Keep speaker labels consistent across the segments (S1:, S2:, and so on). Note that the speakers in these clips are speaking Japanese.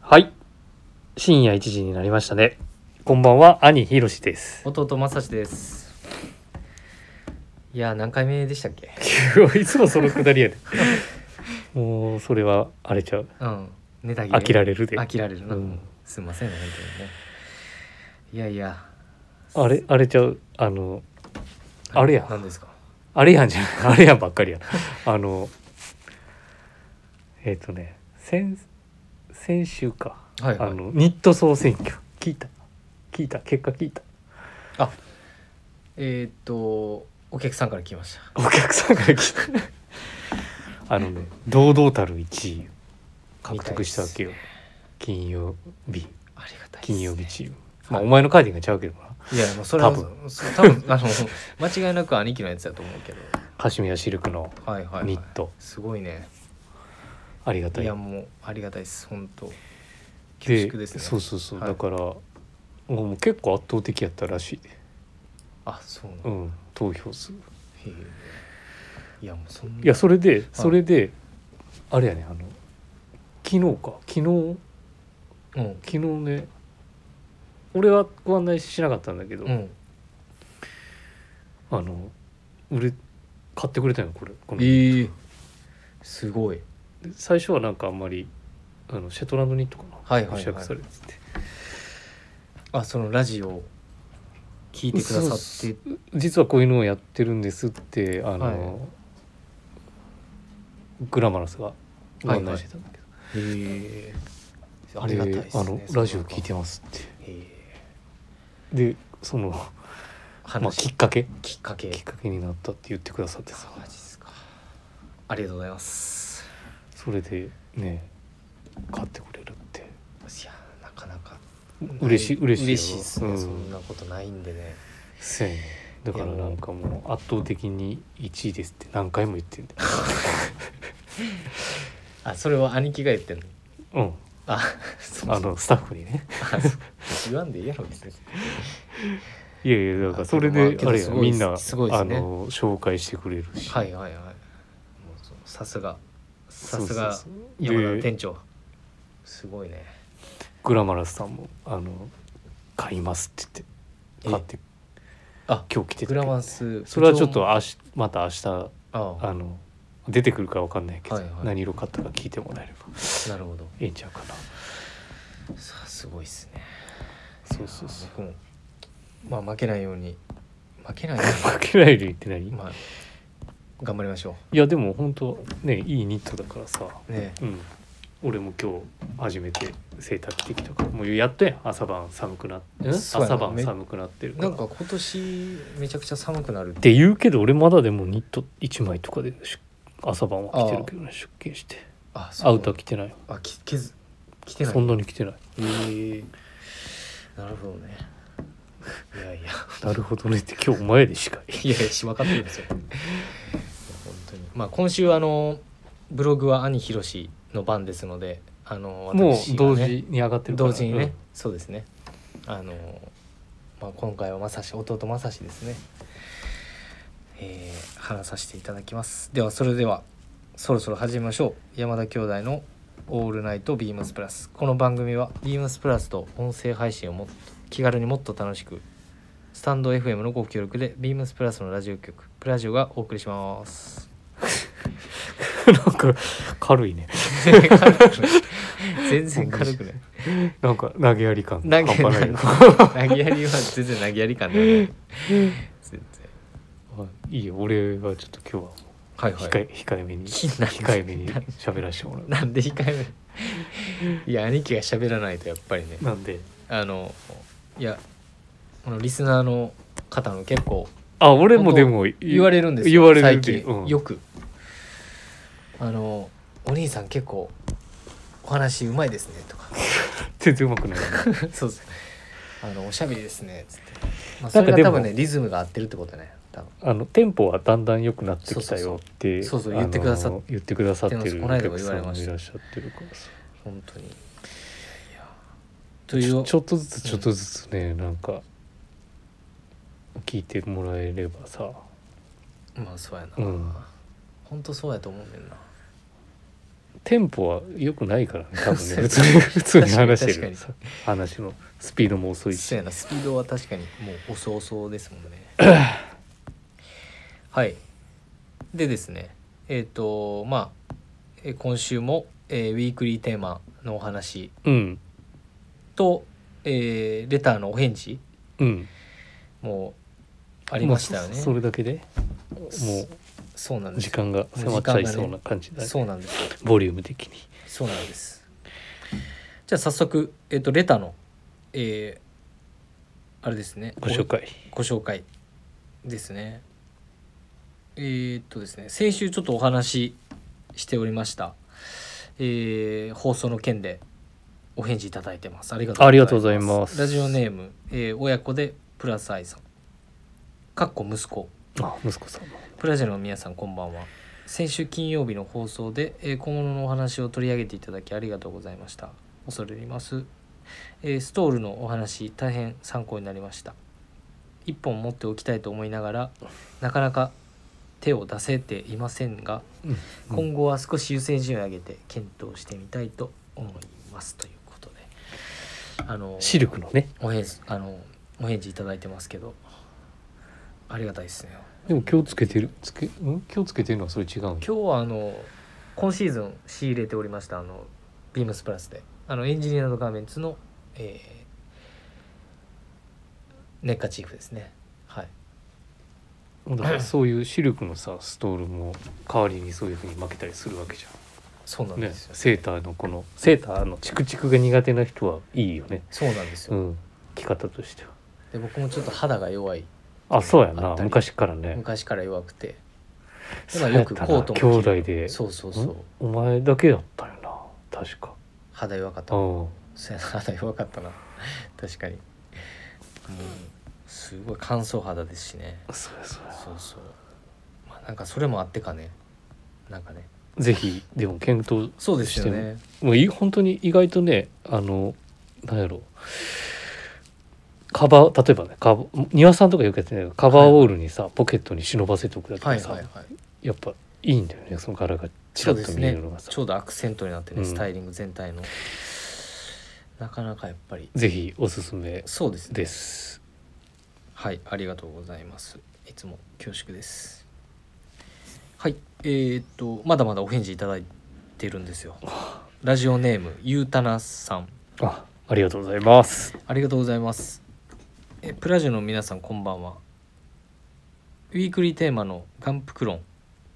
S1: はい。深夜1時になりましたね。こんばんは、兄ひろしです。
S2: 弟まさしですいや何回目でしたっけ
S1: いつもそのくだりやで。 もう、それは荒れちゃう。
S2: うんネタ切れ
S1: 飽きられるで。
S2: 飽きられるな、
S1: うん
S2: すいませんね本当にねいやいや
S1: あれ、荒れちゃう。あの、
S2: な
S1: あれや
S2: 何ですか
S1: あれやん じゃない。あれやんばっかりや。あの、えっ、とね、先、先週か。
S2: はいはい
S1: あの、ニット総選挙。聞いた。聞いた。結果聞いた。
S2: えーっとお客さんから来ました
S1: お客さんから聞いた。あのね、堂々たる1位を獲得したわけよ。金曜日。
S2: ありがたいですね
S1: 金曜日チーム、まあ
S2: はい
S1: お前のカーディガンちゃうけどない
S2: やもうそれは
S1: 多
S2: 多
S1: 分
S2: 分多分あの 間違いなく兄貴のやつだと思うけど
S1: カシミヤシルクの
S2: はいはい、はい、
S1: ニット
S2: すごいね
S1: ありがた
S2: い
S1: い
S2: やもうありがたいです本当
S1: で
S2: 恐縮ですね
S1: そうそうそう、
S2: はい
S1: だからもう結構圧倒的やったらしいで
S2: あそうなの、
S1: う
S2: へ
S1: ん投票数
S2: えいやもうそんない
S1: やそれでそれで、あれやねあの昨日か昨日
S2: うん
S1: 昨日ね俺はご案内しなかったんだけど、
S2: うん
S1: あの俺買ってくれたよこれこの、
S2: ええすごい
S1: 最初はなんかあんまりあのシェトランドニットかな、
S2: はいはいはい
S1: 試着されてて
S2: あそのラジオを聞いてくださって
S1: 実はこういうのをやってるんですってあの、
S2: は
S1: グラマラスがご案内してたんだけど、
S2: へえあ
S1: で
S2: りがたいですね
S1: あのラジオ聞いてますって
S2: へえ
S1: でその、まあ、
S2: 話
S1: きっかけ
S2: きっかけ
S1: きっかけになったって言ってくださってさ
S2: マジですかありがとうございます
S1: それでね買ってくれるって
S2: いやなかなか
S1: 嬉しい
S2: ない
S1: 嬉しいよ
S2: 嬉しいですね、
S1: うん
S2: そんなことないんでね
S1: せやねだからなんかもう圧倒的に1位ですって何回も言ってんだよ
S2: あそれは兄貴が言ってんの
S1: うん
S2: あそう
S1: あのスタッフにね
S2: あそう言わんでいいやろ別に
S1: いやいやだからそれ
S2: まあ
S1: で
S2: けど
S1: あれ
S2: す
S1: や
S2: ご
S1: み
S2: いっす
S1: んな、
S2: すごいっ
S1: あ
S2: すね
S1: の紹介してくれるし、
S2: はいはいはいもうそのさすがさす
S1: そう
S2: が
S1: そうそう
S2: 山田
S1: で
S2: の店長すごいね
S1: グラマラスさんも「あの買います」って言って
S2: え
S1: 買って
S2: あ
S1: 今日来てたけど
S2: グラマンス
S1: それはちょっとあしまた明日
S2: ああ
S1: あの出てくるかわかんないけど、
S2: はいはい
S1: 何色買ったか聞いてもらえれば
S2: なるほど
S1: ええんちゃうかな
S2: さあすごいっすね
S1: そうそうそう
S2: 僕もまあ負けないように負けないよ
S1: 負けないで言ってないう
S2: にまあ頑張りましょ
S1: いやでも本当ねいいニットだからさ
S2: うね
S1: うん俺も今日初めてセーター着てきたからもうやったやん朝晩寒くなって
S2: そうやな
S1: 朝晩
S2: め
S1: 寒くなってるか
S2: な
S1: ら
S2: んか今年めちゃくちゃ寒くなる
S1: って言うけど俺まだでもニット1枚とかでし朝晩は着てるけどね出勤して
S2: あ
S1: アウター
S2: き
S1: 着てない
S2: あきけず来てない
S1: そんなに着てない
S2: えーなるほどねいやいや
S1: なるほどねって今日お前でしか
S2: いやいやし分かってるんですよいや本当にまあ今週あのブログは兄ひろしの番ですのであの
S1: もう
S2: 私がね
S1: 同時に上がってるから
S2: 同時にね、そうですねあの、まあ、今回はまさし弟まさしですね、えー話させていただきますではそれではそろそろ始めましょう山田兄弟の「オールナイトビームスプラス」この番組はビームスプラスと音声配信をもっと気軽にもっと楽しくスタンド FM のご協力でビームスプラスのラジオ局プラジオがお送りします。
S1: うんなんか軽いね
S2: 全然軽くない全然軽くない
S1: なんか投げやり感
S2: 投げ
S1: 半端ないよ
S2: 投げやりは全然投げやり感だよね全然
S1: いいよ俺はちょっと今日はも
S2: はいうは
S1: 控
S2: い
S1: え控えめに
S2: いや
S1: 控えめに喋らせてもらう
S2: なんで控えめいや兄貴が喋らないとやっぱりね
S1: なんで
S2: あのいやこのリスナーの方の結構
S1: あ俺もでも
S2: 言われるんです
S1: 言
S2: よ
S1: われる
S2: 最
S1: って
S2: 近、
S1: うん
S2: よくあの「お兄さん結構お話うまいですね」 とか
S1: 全然うま くない
S2: 「そうですあのおしゃべりですね」つって、まあ、
S1: な
S2: そ
S1: んか
S2: れが
S1: で
S2: 多
S1: も
S2: 分ねリズムが合ってるってことね多分
S1: あのテンポはだんだん良くなってきたよって
S2: そうそうそうそうそう
S1: あの
S2: 言ってくださっ
S1: 言ってくださって
S2: 言って
S1: るお
S2: ますこの間
S1: 客
S2: も言わ
S1: さ
S2: れ
S1: んも
S2: ま
S1: い
S2: した
S1: らっしゃってるからさ
S2: 本当にいやいやと
S1: ち
S2: い
S1: ょ
S2: う
S1: ちょっとずつちょっとずつね、なんか聞いてもらえればさ
S2: まあそうやな、
S1: うん
S2: ほんとそうやと思うねんな
S1: テンポは良くないからね多分ね
S2: そう
S1: 普通に普通に話して
S2: 確か
S1: る
S2: に確
S1: 話のスピードも遅い
S2: そう
S1: し
S2: やなスピードは確かにもう遅そうですもんねはいでですねえっ、とまあえー今週も、えーウィークリーテーマのお話
S1: うん
S2: と、えーレターのお返事
S1: うん
S2: もありましたよね
S1: あそそれだけでも
S2: そうなん
S1: う
S2: です
S1: 時
S2: よ
S1: 間が迫っちゃいそうな感じだね
S2: そうなんですよ
S1: ボリューム的に
S2: そうなんですじゃあ早速、えっとレターのえーあれですね
S1: ご紹介
S2: ご紹介ですねえーっとですね先週ちょっとお話ししておりました、えー放送の件でお返事いただいてますありがとう
S1: ありがとうございます
S2: ラジオネーム、えー親子でプラス愛さんかっこ息子
S1: あ息子さんも
S2: プラジェの皆さんこんばんは先週金曜日の放送で、えー小物のお話を取り上げていただきありがとうございました恐れ入ります、えーストールのお話大変参考になりました一本持っておきたいと思いながらなかなか手を出せていませんが
S1: うん
S2: 今後は少し優先順位を上げて検討してみたいと思いますということであの
S1: シルクのね
S2: お返事あのお返事いただいてますけどありがたいですね
S1: でも今日つけてるつけん今日つけてるのはそれ違うんや
S2: 今日はあの今シーズン仕入れておりましたあのビームスプラスであのエンジニアのガーメンツの、えーネッカチーフですねはい
S1: だからそういうシルクのさストールも代わりにそういうふうに負けたりするわけじ
S2: そうな
S1: ゃ
S2: ん
S1: ん、ね
S2: です、よ、
S1: セーターのこのセーターのチクチクが苦手な人はいいよね
S2: そうなんです
S1: う
S2: よ、
S1: ん着方としては
S2: で僕もちょっと肌が弱い
S1: あそうや
S2: あ
S1: な
S2: ったり
S1: 昔からね
S2: 昔から弱くて
S1: そう
S2: まあ
S1: や
S2: よ
S1: っ
S2: く
S1: たな
S2: コートも着
S1: 兄
S2: る
S1: 弟で
S2: そうそうそうん
S1: お前だけだったよな確か
S2: 肌弱かった
S1: うん
S2: そうやな 肌弱かったな確かに、うん、すごい乾燥肌ですしね
S1: そうやそうや
S2: そうそうまあなんかそれもあってかねなんかね
S1: ぜひでも検討
S2: そうですよ
S1: して
S2: ね
S1: もうい本当に意外とねあのなんやろカバー例えばねカバー庭さんとかよくやってないけどカバーウォールにさ、ポケットに忍ばせておくだけ
S2: は
S1: で
S2: い
S1: さ、
S2: はいはい
S1: やっぱいいんだよねその柄がちらっと見えるのがさ、
S2: ちょうどアクセントになってね、
S1: うん
S2: スタイリング全体のなかなかやっぱり
S1: ぜひおすすめ
S2: そうですね
S1: です
S2: はいありがとうございますいつも恐縮ですはいえー、っとまだまだお返事いただいてるんです よラジオネームゆうたなさん
S1: あありがとうございます
S2: ありがとうございます。えプラジオの皆さんこんばんは。ウィークリーテーマのガンプクロン、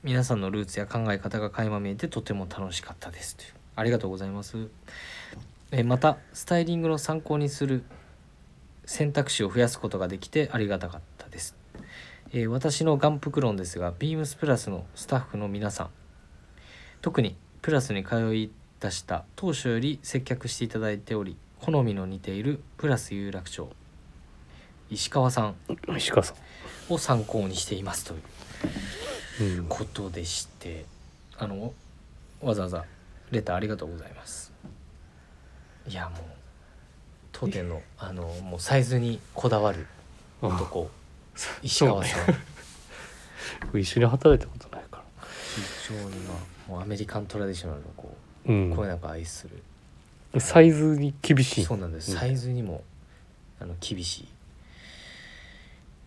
S2: 皆さんのルーツや考え方が垣間見えてとても楽しかったですという。ありがとうございます。えまたスタイリングの参考にする選択肢を増やすことができてありがたかったです。えー私のガンプクロンですが、ビームスプラスのスタッフの皆さん、特にプラスに通い出した当初より接客していただいており好みの似ているプラス有楽町石川さん
S1: 石川さ、
S2: を参考にしていますというん
S1: うん、
S2: ことでしてあのわざわざレターありがとうございますいやもう当店のあのもうサイズにこだわる
S1: あ
S2: 男
S1: そ
S2: 石川
S1: そ
S2: さ ん
S1: うね一緒に働いたことないから
S2: 非常にまあもうアメリカントラディショナルの
S1: う
S2: こう声
S1: ん
S2: なんか愛する
S1: サイズに厳しい
S2: そうなんです、
S1: うん
S2: サイズにもあの厳しい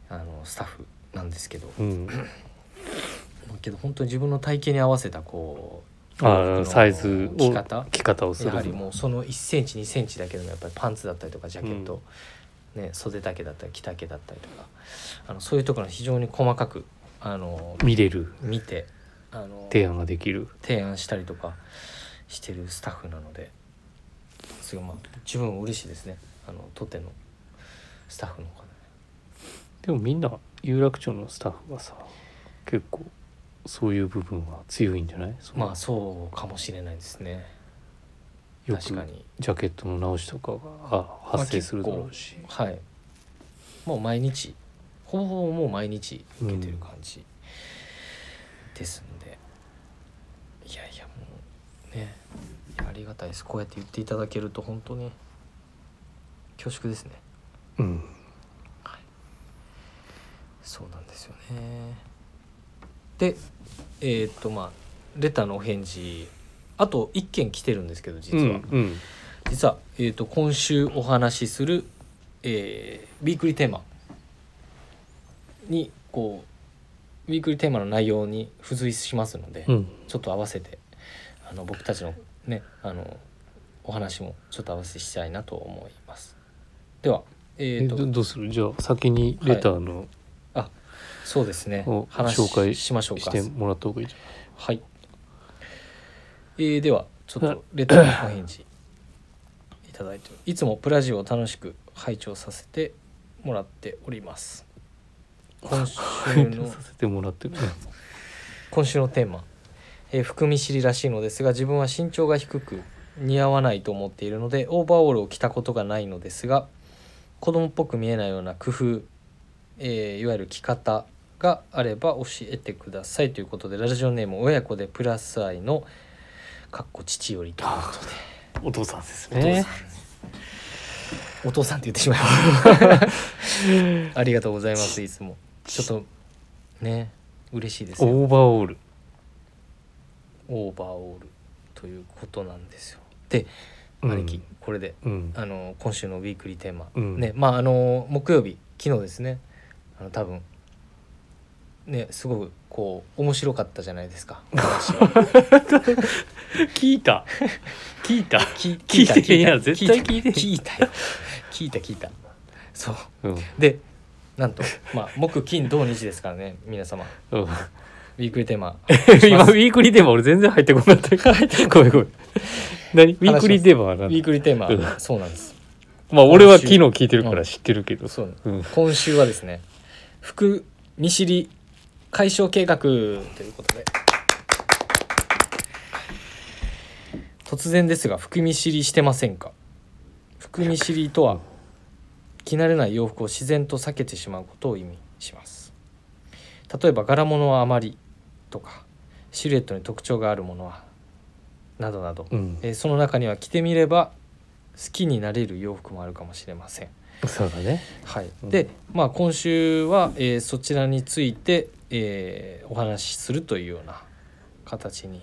S2: あのスタッフなんですけど、
S1: うん、
S2: けど本当に自分の体型に合わせたこう
S1: あ
S2: の
S1: あサイズを
S2: 着方
S1: 着方をする
S2: やはりもうその1センチ2センチだけでもやっぱりパンツだったりとかジャケット、ね、袖丈だったり着丈だったりとかあのそういうところに非常に細かくあの
S1: 見れる
S2: 見てあの
S1: 提案ができる
S2: 提案したりとかしてるスタッフなのですごいまあ自分も嬉しいですねあの当店のスタッフの方ね
S1: でもみんな有楽町のスタッフはさ結構そういう部分は強いんじゃないその
S2: まあそうかもしれないですね
S1: よく
S2: 確かに
S1: ジャケットの直しとかがあ発生するだろうし、
S2: はいもう毎日ほぼほぼもう毎日受けてる感じですので、いやいやもうねいやありがたいですこうやって言っていただけると本当に恐縮ですね
S1: うん、
S2: そうなんですよねでえーっとまあレターのお返事あと1件来てるんですけど実
S1: う
S2: は、
S1: んうん
S2: 実は、えー、と今週お話しする、えー、ウィークリーテーマにこうウィークリーテーマの内容に付随しますので、
S1: うん
S2: ちょっと合わせてあの僕たちのねあのお話もちょっと合わせしたいなと思います。では、
S1: え
S2: えー、
S1: ど
S2: と
S1: どうするじゃあ先にレターの
S2: そうですね
S1: を
S2: 話
S1: 紹介
S2: しましょう
S1: し
S2: か。
S1: てもらった方がいいじ
S2: はい、えー、ではちょっとレターのお返事いただいていつもプラジオを楽しく拝聴させてもらってお ります今週
S1: ゃん
S2: の
S1: させてもらってるね
S2: 今週のテーマ、えー含み知りらしいのですが自分は身長が低く似合わないと思っているのでオーバーオールを着たことがないのですが子供っぽく見えないような工夫、えーいわゆる着方があれば教えてくださいということでラジオネーム親子でプラス愛のかっこ父よりということで
S1: お父さんです
S2: お父さん
S1: ね
S2: お父さんって言ってしまいましたありがとうございますいつもちょっとね嬉しいですよ
S1: オーバーオール
S2: オーバーオールということなんですよ。で、
S1: うん
S2: 兄貴これで
S1: うん
S2: あの今週のウィークリーテーマ、
S1: うん
S2: ねまああの木曜日昨日ですねあの多分ねすごくこう面白かったじゃないですか
S1: 聞いた聞いた
S2: 聞
S1: 聞いていや絶対聞いてへん
S2: 聞いたよ聞いた聞いたそう
S1: うん
S2: でなんとまあ木金土日ですからね皆様
S1: うん
S2: ウィークリーテ ーマ
S1: 今ウィークリーテーマ俺全然入ってこなかったごめんごめん何ウィークリーテーマは
S2: ウ
S1: 何
S2: ィークリーテーマ
S1: うん
S2: そうなんです
S1: まあ俺は昨日聞いてるから知ってるけど
S2: そう
S1: うん
S2: 今週はですね福見知り解消計画ということで突然ですが福見知りしてませんか福見知りとは着慣れない洋服を自然と避けてしまうことを意味します例えば柄物はあまりとかシルエットに特徴があるものはなどなど、
S1: うん
S2: えーその中には着てみれば好きになれる洋服もあるかもしれません
S1: そうだね
S2: はい、
S1: うん
S2: で、まあ、今週は、えーそちらについて、えーお話しするというような形に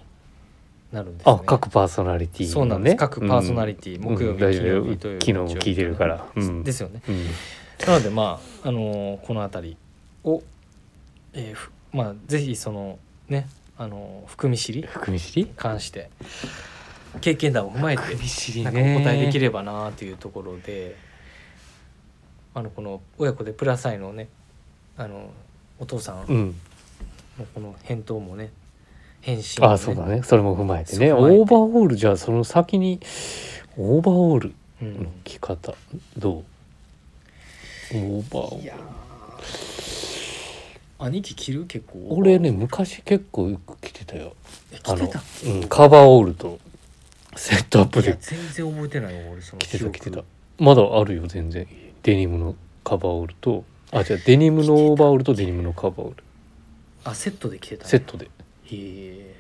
S2: なるんですね。
S1: あ各パーソナリティのね
S2: そうなんです各パーソナリティ
S1: うん
S2: 木曜
S1: う
S2: 日
S1: ん大丈夫よ
S2: 金曜日土曜日
S1: 昨日も聞いてるからうん
S2: ですよね。
S1: うん
S2: なのでまあ、あのーこの辺りを、えーふまあ、ぜひそのね、あのー含み知りに
S1: 含み知り
S2: 関して経験談を踏まえて
S1: み知り
S2: なんかお答えできればなというところであのこの親子でプラスアイのねあのお父さん
S1: う
S2: の
S1: ん
S2: この返答もね返信も
S1: あそうだねそれも踏まえてね
S2: そう
S1: オ
S2: 踏まえて
S1: ーバーオールじゃあその先にオーバーオール
S2: う
S1: の
S2: ん
S1: 着方どうオーバーオー
S2: い
S1: ル
S2: やー兄貴着る結構
S1: 俺ね昔結構よく着てたよ
S2: え
S1: あ
S2: 着て
S1: の
S2: た、
S1: うん、カバーオールとセットアップ
S2: いや
S1: で
S2: 全然覚えてないよ俺その
S1: 着て
S2: 記
S1: た
S2: 憶
S1: 着てたまだあるよ全然デニムのカバーオールとあじゃデニムのオーバーオールとデニムのカバーオール
S2: あセットで着てた、ね、
S1: セットで
S2: へえ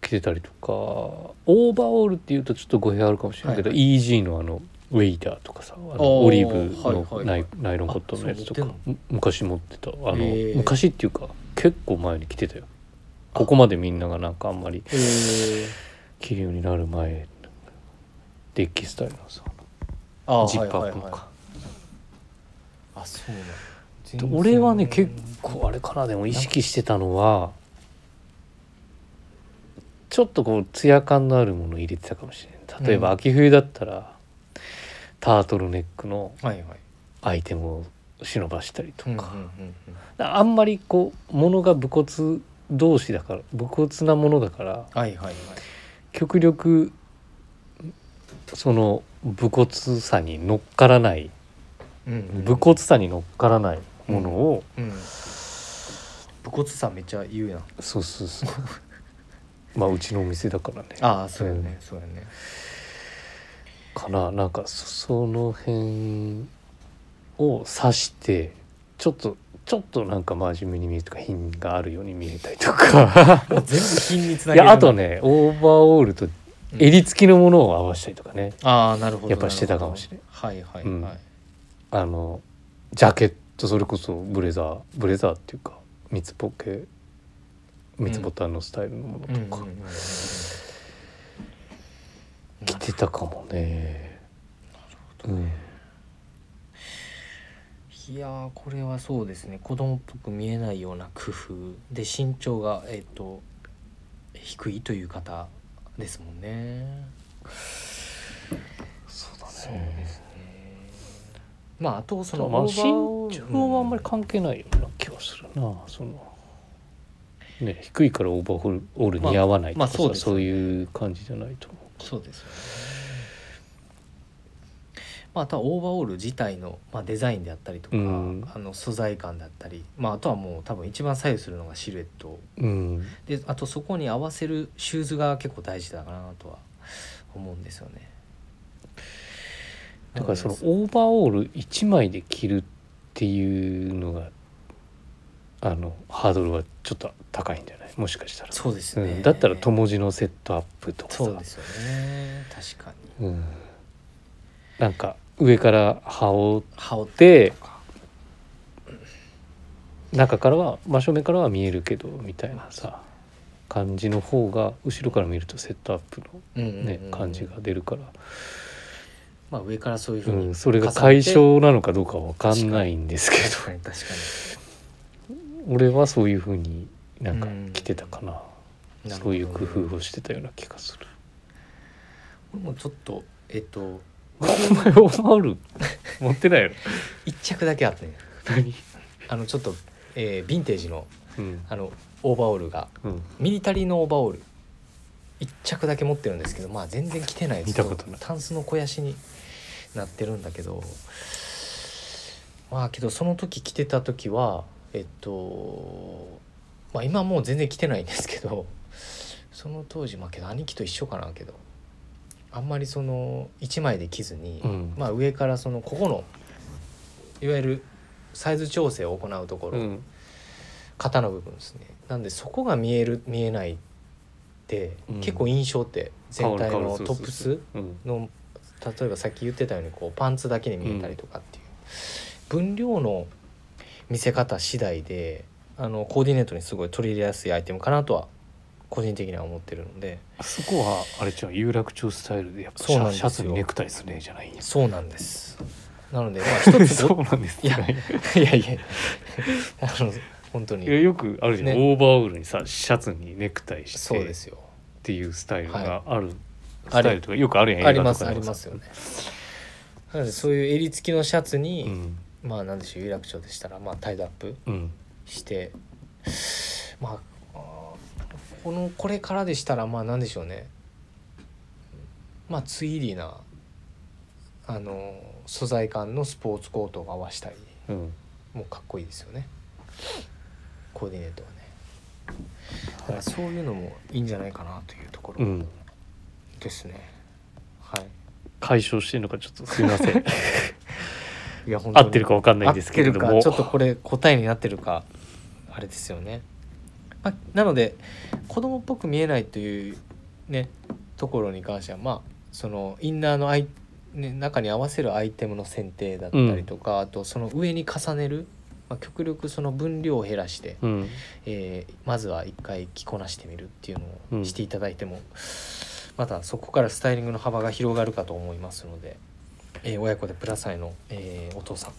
S1: 着てたりとかオーバーオールっていうとちょっと語弊あるかもしれないけど、
S2: は
S1: EG のあのウェイダーとかさあ
S2: あー
S1: のオリーブ
S2: はい
S1: の
S2: はい
S1: ナ
S2: はい
S1: イ,、ナイロンコットンのやつとか
S2: あそう持っ
S1: む昔持ってたあの、
S2: へー
S1: 昔っていうか結構前に着てたよここまでみんながなんかあんまり
S2: へえ
S1: 着るようになる前デッキスタイルのさ
S2: あ
S1: ジップアップの
S2: はいはい
S1: か
S2: は、いあそうなん全然
S1: 俺はね結構あれかなでも意識してたのはちょっとこうツヤ感のあるもの入れてたかもしれない例えば
S2: うん
S1: 秋冬だったら、タートルネックの
S2: はいはい
S1: アイテムを忍ばしたりとか、
S2: うんうんうんうん
S1: あんまりこう物が武骨同士だから武骨なものだから
S2: はいはいはい
S1: 極力その武骨さに乗っからない
S2: うんうん
S1: 武骨さに乗っからないものを、
S2: うん武骨さめっちゃ言うやん
S1: そうそうそう まあうちのお店だからね
S2: ああそうやね、そうやね
S1: かななんかそその辺を指してちょっとちょっとなんか真面目に見えるとか品があるように見えたりと か
S2: もう全部品につないげる
S1: やあとねオーバーオールと襟付きのものを合わせたりとかね、
S2: ああなるほど
S1: やっぱしてたかもしれん
S2: なるほどはいはいはい、
S1: うんあのジャケットそれこそブレザーブレザーっていうか三つポケ三つボタンのスタイルのものと
S2: うんうんうんうん
S1: か、来てたかもね。うん、
S2: いやーこれはそうですね子供っぽく見えないような工夫で身長がえっ、と低いという方ですもんね
S1: そう
S2: そ
S1: だ
S2: う
S1: ね。
S2: ですねまああとそ
S1: ま
S2: の
S1: あ、まあ
S2: オ
S1: 身
S2: ーバーオール
S1: 長はあんまり関係ないような気はするなそのね低いからオーバーホールオール似合わないと
S2: ま
S1: か
S2: あ
S1: さ、
S2: まあそう
S1: そう
S2: ですよね
S1: いう感じじゃないと思
S2: そうですよねまあ、あとはオーバーオール自体の、まあ、デザインであったりとか、
S1: うん
S2: あの素材感だったり、まあ、あとはもう多分一番左右するのがシルエット
S1: う、うん、
S2: であとそこに合わせるシューズが結構大事だなとは思うんですよね
S1: だからその
S2: なので
S1: オーバーオール1枚で着るっていうのがあのハードルはちょっと高いんじゃないもしかしたら、
S2: そうです
S1: う
S2: ね、
S1: ん、だったら友字のセットアップとかさ
S2: そうですよね確かに
S1: うん、なんか上から羽織
S2: 羽織っ
S1: で
S2: とか
S1: 中からは真正面からは見えるけどみたいなさ感じの方が後ろから見るとセットアップ
S2: うんうんう
S1: の、
S2: ん
S1: ね感じが出るから、
S2: まあ上からそういうふ
S1: う
S2: うに、
S1: ん、それが解消なのかどうかわかんないんですけ
S2: 確かに確か
S1: ど俺はそういうふうになんか
S2: うん
S1: 着てたかな、
S2: になるほ
S1: そ
S2: ど
S1: ういう工夫をしてたような気がする。
S2: 俺もちょっとえっと
S1: お前オーバーオール持って ないやろ
S2: 一着だけあってね
S1: 何、
S2: あのちょっと、えーヴィンテージの
S1: うん
S2: あのオーバーオールが
S1: うん、
S2: ミリタリーのオーバーオール一着だけ持ってるんですけどまあ全然着てない
S1: 見たことない
S2: タンスの肥やしになってるんだけどまあけどその時着てた時はえっとまあ今もう全然着てないんですけどその当時まあけど兄貴と一緒かなけどあんまりその1枚で着ずに、
S1: うん
S2: まあ上からそのここのいわゆるサイズ調整を行うところ、
S1: うん
S2: 肩の部分ですねなんでそこが見える見えないって、
S1: うん
S2: 結構印象って全体のトップス、
S1: うん
S2: の例えばさっき言ってたようにこうパンツだけに見えたりとかっていう、分量の見せ方次第であのコーディネートにすごい取り入れやすいアイテムかなとは個人的には思ってるので
S1: そこはあれじゃん有楽町スタイルでやっぱ
S2: そ
S1: シ
S2: うなん
S1: ャ
S2: です
S1: シ
S2: よ
S1: ャツにネクタイすねじゃないんや
S2: そうなんですなのでまあ一つ
S1: そ
S2: ご
S1: うなんです
S2: いや いやいやあの本当
S1: いや
S2: に
S1: よくあるじゃん、
S2: ね
S1: オーバーオールにさシャツにネクタイし
S2: そう
S1: て
S2: で
S1: っ
S2: すよ
S1: ていうスタイル
S2: は
S1: がある、ス
S2: ある
S1: タイルとかよくあるやん
S2: あ
S1: 映
S2: り
S1: 画
S2: ま
S1: と
S2: す
S1: か
S2: あ
S1: で
S2: り
S1: もさ
S2: ますよね。なのでそういう襟付きのシャツに、
S1: うん
S2: まあなんでしょう有楽町でしたらまあタイドアップ
S1: うん
S2: してまああーこのこれからでしたらまあなんでしょうねまあツイリーなあの素材感のスポーツコートを合わしたり
S1: うん
S2: もうかっこいいですよねコーディネートはねだからそういうのもいいんじゃないかなというとこ
S1: う
S2: ろ
S1: ん
S2: ですね、はい
S1: 解消してるのかちょっとすいま せん
S2: いや本
S1: 合ってるかわかんないんですけれども
S2: 合ってるかちょっとこれ答えになってるかあれですよね、まあ、なので子供っぽく見えないというねところに関してはまあそのインナーのアイ、ね、中に合わせるアイテムの選定だったりとか、あとその上に重ねる、まあ、極力その分量を減らして、
S1: うん
S2: えーまずは一回着こなしてみるっていう
S1: う
S2: のを
S1: ん
S2: していただいても、またそこからスタイリングの幅が広がるかと思いますので、えー親子でプラサイの、えーお父さん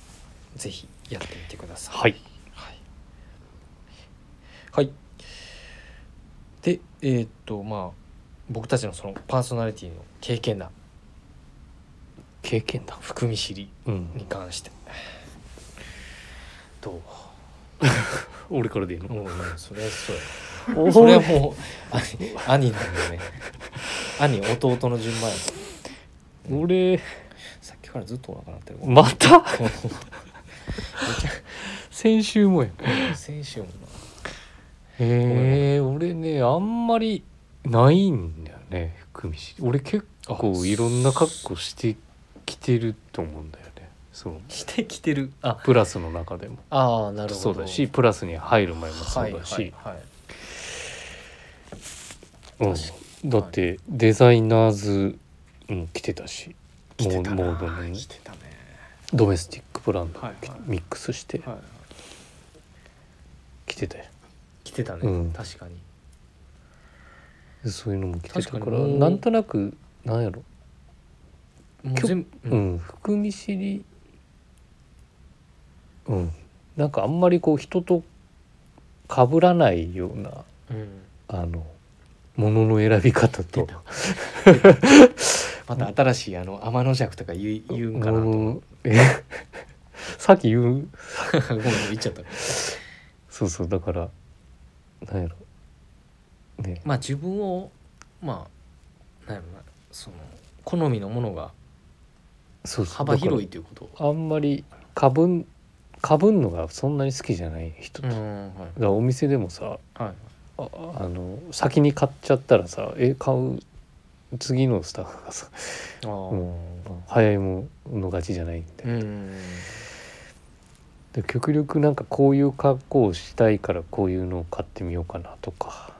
S2: ぜひやってみてください。
S1: はい
S2: はい、はい、でえーっとまあ僕たちのそのパーソナリティの経験な
S1: 経験だ
S2: 含み知り
S1: うん
S2: に関してどう
S1: 俺からでいいの
S2: うんうんそれはそうや
S1: おい
S2: それはもう兄兄なんだよね兄弟の順番やもん
S1: 俺
S2: さっきからずっとお腹鳴ってる、
S1: ま た
S2: め
S1: 先週もや
S2: ちゃ先週もな
S1: へえ俺ねあんまりないんだよね含み知り俺結構いろんな格好してきてると思うんだよねそう
S2: 来て来てるあ
S1: プラスの中でも
S2: ああなるほ
S1: そ
S2: ど
S1: うだしプラスに入る前もそうだし、
S2: はいはいはい
S1: うん
S2: 確か
S1: だってデザイナーズも着てたし
S2: 来てたな
S1: モードのね
S2: 来てたね
S1: ドメスティックブランド
S2: はいはい
S1: ミックスして
S2: はいはい
S1: 着てたよ
S2: 来てたね、
S1: うん
S2: 確かに
S1: そういうのも着てたか
S2: 確からに
S1: なんとなくなんやろ
S2: もう全部、
S1: う、ん、含み知りうんなんかあんまりこう人と被らないような
S2: うん、
S1: あのものの選び方
S2: 出
S1: と
S2: たまた新しいあの天の尺とか言う言うんかなと
S1: も
S2: 思っ
S1: のえ さっき言う
S2: て ごめん言っちゃった
S1: そうそうだからなんやろね
S2: まあ自分をまあなんやろなその好みのものが
S1: そうそう
S2: 幅広
S1: い
S2: いということ
S1: あんまりかぶんかぶんのがそんなに好きじゃない人と、
S2: う
S1: だか
S2: んはい
S1: らお店でもさ
S2: はい
S1: ああの先に買っちゃったらさえ買う次のスタッフがさ
S2: ああ
S1: 早いもの勝ちじゃないんで,、
S2: うん
S1: で極力なんかこういう格好をしたいからこういうのを買ってみようかなとか、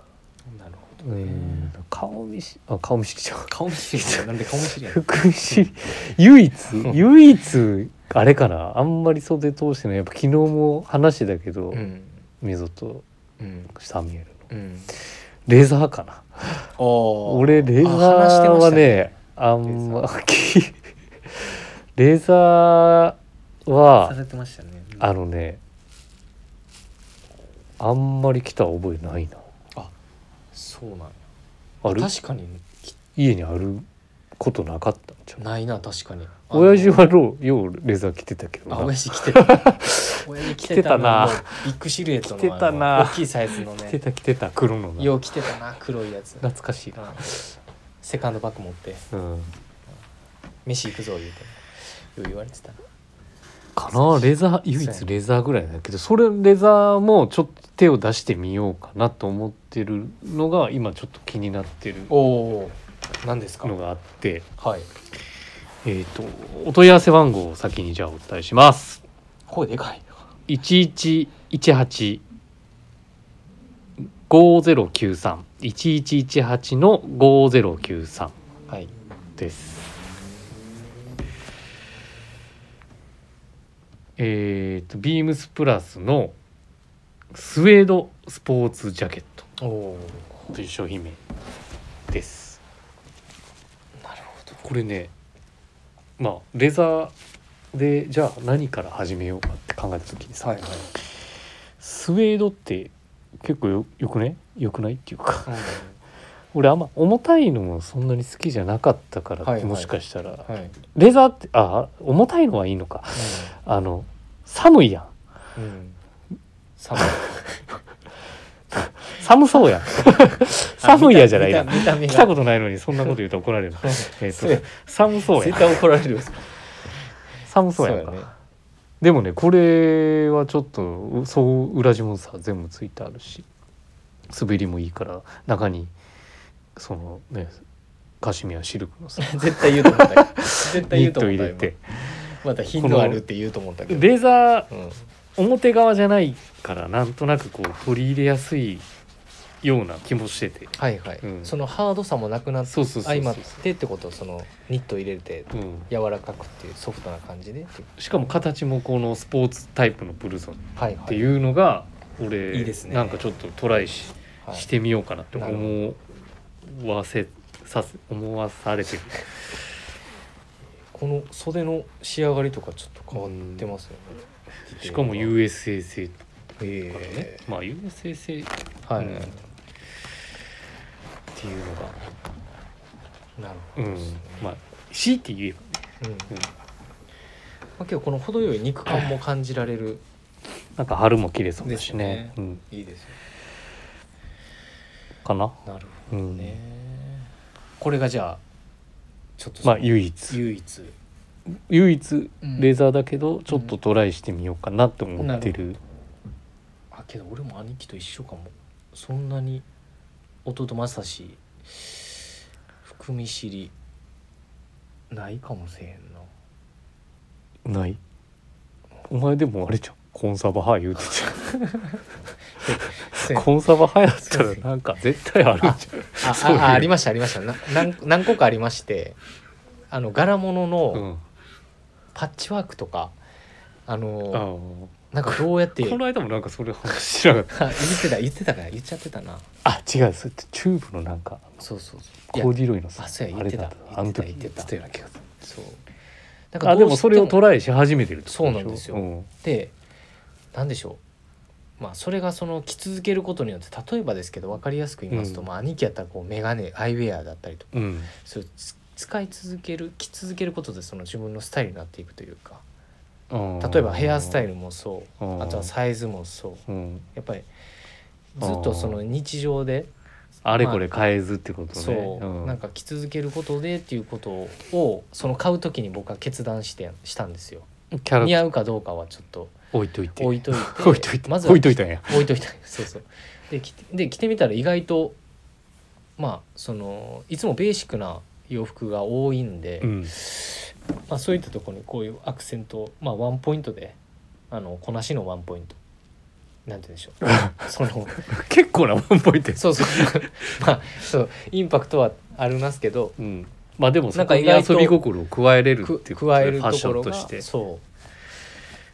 S2: なるほ
S1: う
S2: どね
S1: ん顔見知あ顔見知りじゃん
S2: 顔見知りやなんで顔見知りやねん
S1: 福井市唯 一唯一あれかなあんまり袖通してないやっぱ昨日も話してたけど、
S2: うん
S1: メゾと
S2: うん
S1: サミュエルの
S2: うん
S1: レザーかな
S2: ああ
S1: 俺レザー
S2: あ話してまし
S1: は
S2: た
S1: ねあんまきレザー
S2: さ
S1: は
S2: れてましたね
S1: あのねあんまり来た覚えないな
S2: そうなんや
S1: ある
S2: 確かに
S1: 家にあることなかったんちゃう
S2: ないな確かに
S1: 親父
S2: あ
S1: はろうようレザー着てたけど
S2: の
S1: な
S2: あ親父着 てた親父着て
S1: 着てた
S2: たな
S1: な
S2: ビッグシルエットの
S1: 着てたな
S2: あの大きいサイズの
S1: 着て
S2: ね
S1: た着てた黒のな
S2: よう着てたな黒いやつ
S1: 懐かしいな
S2: うんセカンドバッグ持って
S1: うん
S2: 飯行くぞ言うてよう言われてたな
S1: かなレザー唯一レザーぐらいだけどそれレザーもちょっと手を出してみようかなと思ってるのが今ちょっと気になってる
S2: おお何ですか
S1: のがあって
S2: はい
S1: えっ、とお問い合わせ番号を先にじゃあお伝えします
S2: 声でかい
S1: 1118 5093 1118の5093
S2: はい
S1: です。えっ、とビームスプラスのスウェードスポーツジャケッ
S2: おお
S1: トという商品名です。
S2: なるほど
S1: これねまあレザーでじゃあ何から始めようかって考えた時にさ、
S2: はいはい
S1: スウェードって結構よよくねよくないっていうか 俺あんま重たいのもそんなに好きじゃなかったから、
S2: はいはい
S1: もしかしたら
S2: うんはい
S1: レザーってあ重たいのはいいのかあの寒いやん
S2: うんうん寒い
S1: 寒そう やん寒いやじゃない
S2: あ
S1: な
S2: 見た見た見
S1: 来
S2: た
S1: た
S2: 目が
S1: ことないのにそんなこと言うと怒られるなえっ
S2: そうや
S1: と寒そうやん
S2: 絶対怒られるよ
S1: 寒そうやんか
S2: そうやね
S1: でもねこれはちょっとそう裏地もさ全部ついてあるし滑りもいいから中にそのねカシミヤシルクのさ
S2: 絶対言うと思ったよ絶対
S1: ニ
S2: 言
S1: ッ
S2: うと
S1: ト
S2: 思っ
S1: 入
S2: た
S1: れ
S2: よ
S1: て
S2: また頻度あるって言うと思ったけど
S1: レザー
S2: うん
S1: 表側じゃないからなんとなくこう取り入れやすいような気もしてて
S2: はいはい、
S1: うん
S2: そのハードさもなくなって
S1: そうそうそうそう
S2: 相まってってことそのニット入れて
S1: うん
S2: 柔らかくっていうソフトな感じでっていう
S1: しかも形もこのスポーツタイプのブルゾン
S2: はいはい
S1: っていうのが俺
S2: いいですね
S1: なんかちょっとトライし,、
S2: はい
S1: てみようかなって
S2: なる
S1: 思わせさせ思わされてる
S2: この袖の仕上がりとかちょっと変わってますよね、
S1: しかも
S2: え
S1: USA 製と
S2: え
S1: かね、まあ USA 製っ
S2: はい、
S1: うんていうのが、
S2: なる
S1: う
S2: ほど
S1: ん
S2: ですね、
S1: まあ強いて言えば
S2: うんまあ、結構この程よい肉感も感じられる
S1: なんか春も切れそうだしね
S2: です
S1: うん、
S2: いいですよ
S1: かな、
S2: なる
S1: う
S2: ほど
S1: ん
S2: ね、これがじゃあちょっとそ
S1: ま
S2: の
S1: あ唯一
S2: 唯一
S1: 唯一
S2: うん
S1: レザーだけどちょっとトライしてみようかなと思ってる、
S2: あけど俺も兄貴と一緒かもそんなに弟正志含み知りないかもせえへんな
S1: ないお前でもあれじゃんコンサバ派言うてちゃう コンサバ流行ったらなんか絶対あるんじ
S2: あ
S1: そういう
S2: ああありましたありましたな何何個かありましてあの柄物
S1: ゃん。う
S2: の
S1: ん。
S2: パッチワークとか、あ
S1: あ
S2: の
S1: の
S2: なんかどうやって
S1: こ
S2: 言っ
S1: の間もなんかそれ話しなかった。
S2: てた言ってたから言っちゃってたな
S1: あ違うそれってチューブのなんか
S2: そうそうそういや
S1: コーディロイのさ
S2: あそうや言ってた
S1: あれだったあの時
S2: 言ってた
S1: 言ってたような気がする。
S2: そうなんか
S1: あでもそれを
S2: 取
S1: トライし始めてるってこと
S2: そうなんですよ
S1: うん
S2: で何でしょうまあそれがその着続けることによって例えばですけど分かりやすく言いますと、
S1: うん
S2: まあ兄貴やったらこう眼鏡アイウェアだったりとか
S1: うん
S2: そういうつ使い続ける着続けることでその自分のスタイルになっていくというか例えばヘアスタイ
S1: ル
S2: ルもそう
S1: あ
S2: あとはサイズもそう
S1: うん、
S2: やっぱりずっとその日常で
S1: あれこれ変えずってことね、
S2: そう、
S1: うん
S2: なんか着続けることでっていうことをその買う時に僕は決断してしたんですよ
S1: キャ
S2: 似
S1: ラ
S2: 合うかどうかはちょっと
S1: 置いといて
S2: 置いといて
S1: 置いといて
S2: まずは
S1: 置いといたんや
S2: 置いといた そうそうで着てで着てみたら意外とまあそのいつもベーシックな洋服が多いんで、
S1: うん
S2: まあ、そういったところにこういうアクセント、まあ、ワンポイントであのこなしのワンポイントなんて言うんでしょ うその
S1: 結構なワンポイントや
S2: そう そうまあそうインパクトはありますけど
S1: うんまあでもそこに
S2: なんか意外と
S1: 遊び心を加えれるっていう
S2: く
S1: こと
S2: 加え
S1: で
S2: る
S1: フ
S2: と
S1: ァッシ
S2: こ
S1: ョ
S2: ろ
S1: ンと
S2: が
S1: して
S2: そ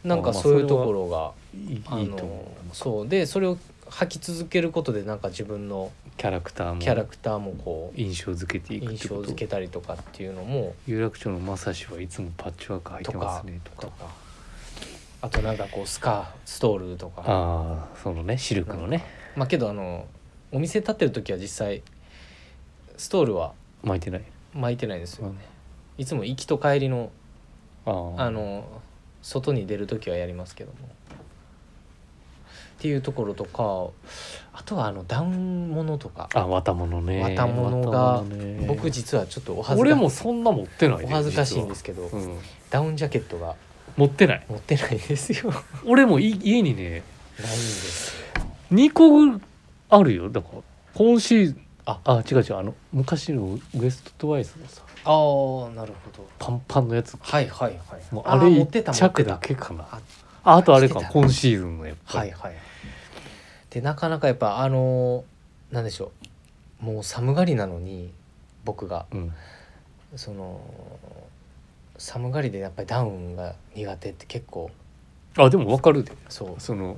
S2: うなん
S1: ま
S2: か
S1: あまあ
S2: そういうところが、
S1: いいいいと
S2: あの
S1: 思う
S2: そうでそれを履き続けることでなんか自分の
S1: キャラクターも
S2: キャラクターもこう
S1: 印象付けていくっ
S2: 印
S1: て
S2: 象
S1: こと
S2: 付けたりとかっていうのも
S1: 有楽町のまさしはいつもパッチワーク履いてますねとか
S2: とかあとなんかこうスカーストールとか
S1: ああそのねシルクのね
S2: まあけどあのお店立ってる時は実際ストールは
S1: 巻いてない
S2: 巻いてないんですよねいつも行きと帰りの
S1: あー
S2: あの外に出る時はやりますけどもっていうところとかあとはあのダウンものとか
S1: あ綿物ね
S2: 綿物が
S1: 綿物ね
S2: 僕実はちょっとお恥ず
S1: 俺
S2: か
S1: もそんな持ってないで
S2: お恥ずかしいんで
S1: 実
S2: すけど、
S1: はうん
S2: ダウンジャケットが
S1: 持ってない
S2: 持ってないですよないん
S1: 俺もい家にね
S2: です
S1: 2個あるよだから今シーズンああ違う違うあの昔のウエストトワイスのさ
S2: ああなるほど
S1: パンパンのやつ
S2: はいはいはい
S1: もう
S2: あ
S1: あ
S2: ー
S1: れ
S2: 持ってた
S1: 1
S2: 持って
S1: 着
S2: た
S1: だけかな
S2: あ
S1: ああとあれ
S2: 着
S1: か
S2: てた
S1: 今シーズンのやっぱ
S2: はい
S1: り
S2: はいでなかなかやっぱあのーなんでしょうもう寒がりなのに僕が
S1: うん
S2: その寒がりでやっぱりダウンが苦手って結構
S1: あでも分かるで
S2: そう
S1: その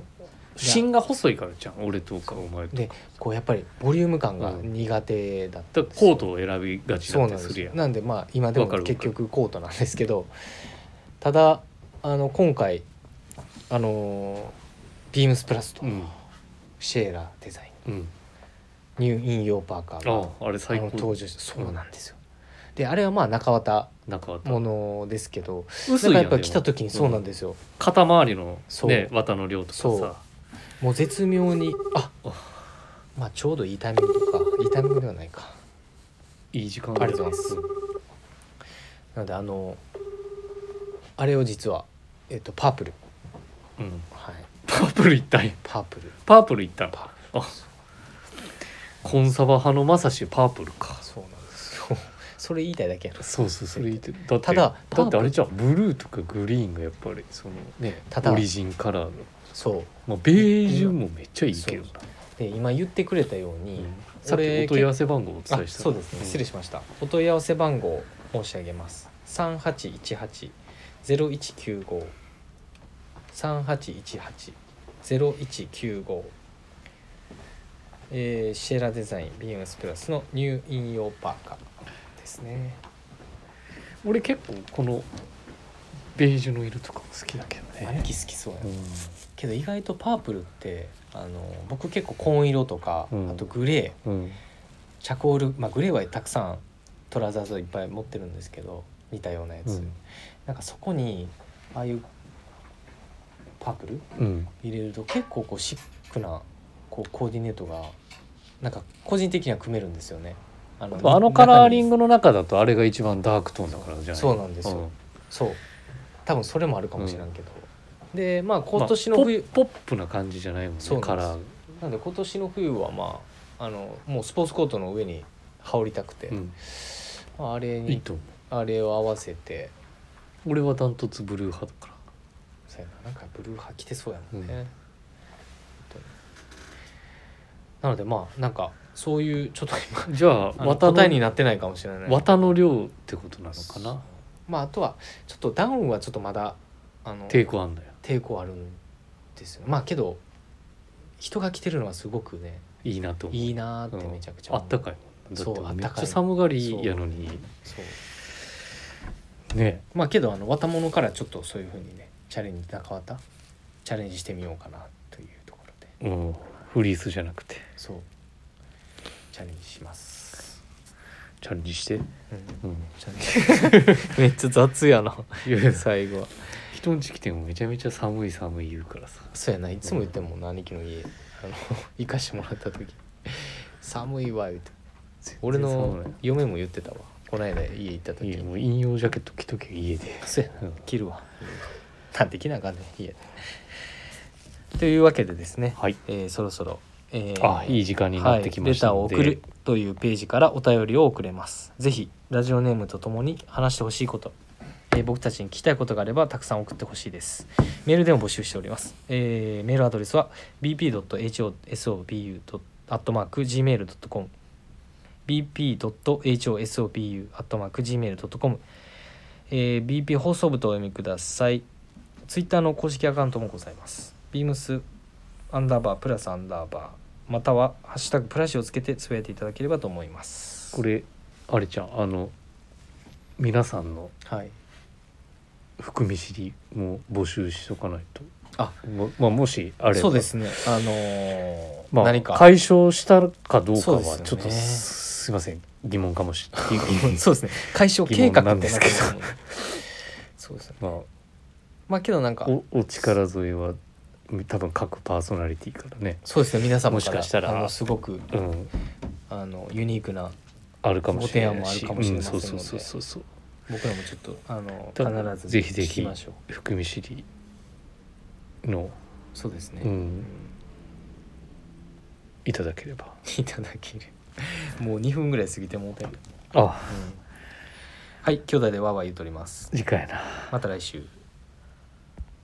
S1: 芯が細いからじゃん俺とかお前とか
S2: でこうやっぱりボリューム感が
S1: うん
S2: 苦手だっ
S1: だから
S2: たんです
S1: コー
S2: よ
S1: トを選びがち
S2: そう
S1: だっ
S2: なんで
S1: て
S2: す
S1: するやん
S2: なんでまあ今でも
S1: わかるわか
S2: 結
S1: る
S2: 局コートなんですけどただあの今回あのービームスプラスと
S1: うん
S2: シェーラーデザイン
S1: うん
S2: ニューイン用パーカーが
S1: ああれ
S2: あ
S1: 最
S2: の
S1: 高
S2: 登場してそうなんですよであれはまあ中綿
S1: なんかあった
S2: ものですけどな
S1: 薄
S2: ん
S1: い
S2: か
S1: や
S2: や
S1: ん
S2: っぱ
S1: で
S2: り
S1: も
S2: 来た時にそうなんですよ
S1: 肩周りの
S2: そう
S1: ね綿の量とか
S2: そう
S1: さ
S2: もう絶妙にあまあちょうどいいタイミングかいいタイミングではないか
S1: いい時間
S2: ありがとうございますなのであのあれを実はえっとパープル
S1: うん
S2: はい
S1: パープルいったんや
S2: パープル
S1: パープルいったん
S2: パ
S1: あコンサバ派のまさしパープルか
S2: そうなんですよ それ言いたいだけやな
S1: そうそうそれ言ってるだって
S2: ただパ
S1: だ
S2: ー
S1: っ
S2: プ
S1: て
S2: ル
S1: あれじゃんブルーとかグリーンがやっぱりそのね
S2: ただ
S1: オリジンカラーの、
S2: そう
S1: まあ、ベージュもめっちゃいいけどな、
S2: で今言ってくれたように、
S1: うんさっき
S2: 俺
S1: お問い合わせ番号をお伝え
S2: あ
S1: した
S2: そうですね失礼
S1: し
S2: しましたお問い合わせ番号を申し上げます3818-0195 3818-0195えー、シェラデザイン BMS プラスの入院用パーカーですね
S1: 俺結構このベージュの色とかも好きだけど
S2: 兄
S1: ね、
S2: 貴好きそうやな
S1: うん
S2: けど意外とパープルってあの僕結構紺色とか、
S1: うん
S2: あとグレー
S1: うん、
S2: チャコール、まあ、グレーはたくさんトラザーズをいっぱい持ってるんですけど似たようなやつ、
S1: うん
S2: なんかそこにああいうパープル
S1: うん、
S2: 入れると結構こうシックなこうコーディネートがなんか個人的には組めるんですよねあの
S1: まああのカラーリン
S2: グ
S1: グの中だとあれが一番ダークトーンだからじゃない
S2: そうなんですよそう多分それもあるかもしれんけど、でまあ
S1: うん
S2: 今年の冬、
S1: まあポッポップな感じじゃないもんね
S2: そうなんで
S1: カ
S2: す
S1: ラー、
S2: なんで今年の冬はまああのもうスポーツコートの上に羽織りたくて、
S1: うん、
S2: まああれに
S1: いいと思
S2: あれを合わせて
S1: う俺はダントツブルー派だから
S2: そうやななんかブルー派着てそうやもんね、
S1: うん
S2: 本当になのでまあなんかそういうちょっと今
S1: じゃあ
S2: あの
S1: 綿
S2: 答えに
S1: の
S2: なってないかもしれない
S1: 綿の量ってことなのかな
S2: まああとはちょっとダウンはちょっとまだあの
S1: 抵抗あんだよ
S2: 抵抗あるんですよねまあけど人が着てるのはすごくね
S1: いいなと思う
S2: いいなーって
S1: うん
S2: めちゃくちゃ
S1: あ
S2: 思う
S1: ったかいもんだ
S2: そう
S1: ってめ
S2: あ
S1: っ
S2: った
S1: ち
S2: かい
S1: ゃ寒がりやのに
S2: そう
S1: ね
S2: まあけどあの若者からちょっとそういうふうにねチャレンジ中綿チャレンジしてみようかなというところで
S1: うんフリースじゃなくて
S2: そうチャレンジします、
S1: チャレンジして、
S2: うん、
S1: うん、
S2: チャレンジめっちゃ雑やない
S1: やいや
S2: 最後は
S1: 人んち来てもめちゃめちゃ寒い寒い言うからさ
S2: そうやないつも言ってんもんな兄貴の家あの 行かしてもらった時寒いわ言うて俺の嫁も言ってたわこの間家行った
S1: いや
S2: 時
S1: もう引用ジャケット着とけ家で
S2: そうやな
S1: うん
S2: 切るわなんて着なあかんねん家でというわけでですね、
S1: はい
S2: えーそろそろ、えー
S1: あいい時間になってきました
S2: はい、
S1: の
S2: レ
S1: で、
S2: ターを送るというページからお便りを送れますぜひラジオネームとともに話してほしいこと、えー僕たちに聞きたいことがあればたくさん送ってほしいですメールでも募集しております、えーメールアドレスは bp.hosobu.gmail.com bp.hosobu.gmail.com えー BP 放送部とお読みくださいツイッターの公式アカウントもございます。ビームスアンダーバープラスアンダーバーまたはハッシュタグプラシをつけてつぶやいていただければと思います。
S1: これあれじゃんあの皆さんの
S2: はい。
S1: 含み知りも募集しとかないと
S2: あ
S1: も,、まあ、もしあれば
S2: そうですね。あのー
S1: まあ、
S2: 何か
S1: 解消したかどうか
S2: そう
S1: は
S2: ですよね
S1: ちょっとす,、いません疑問かもしれない
S2: そうですね。解消計
S1: 疑
S2: 画
S1: 問なんですけど
S2: ってなってると思う。そうですね。
S1: ま
S2: まあけどなん
S1: あ
S2: か
S1: おお力添えは多分各パーソナリティからね、
S2: そうですね。皆様
S1: も
S2: か
S1: し
S2: ら
S1: かしたら
S2: あのすごく
S1: うん、
S2: あのユニークな
S1: あるかもしれないし
S2: ご提案もあるかもしれません
S1: う
S2: の
S1: ん、
S2: で
S1: そうそうそうそうそう
S2: 僕らもちょっとあの
S1: だ
S2: 必ず
S1: ぜひぜ
S2: 聞
S1: ひ
S2: きましょう。
S1: 含み知りの
S2: そうですね。
S1: うん
S2: うん
S1: いただければ
S2: いただける。もう2分ぐらい過ぎてもうてる。
S1: あ
S2: はい、兄弟でわーわー言うとります。
S1: 次回な
S2: また来週。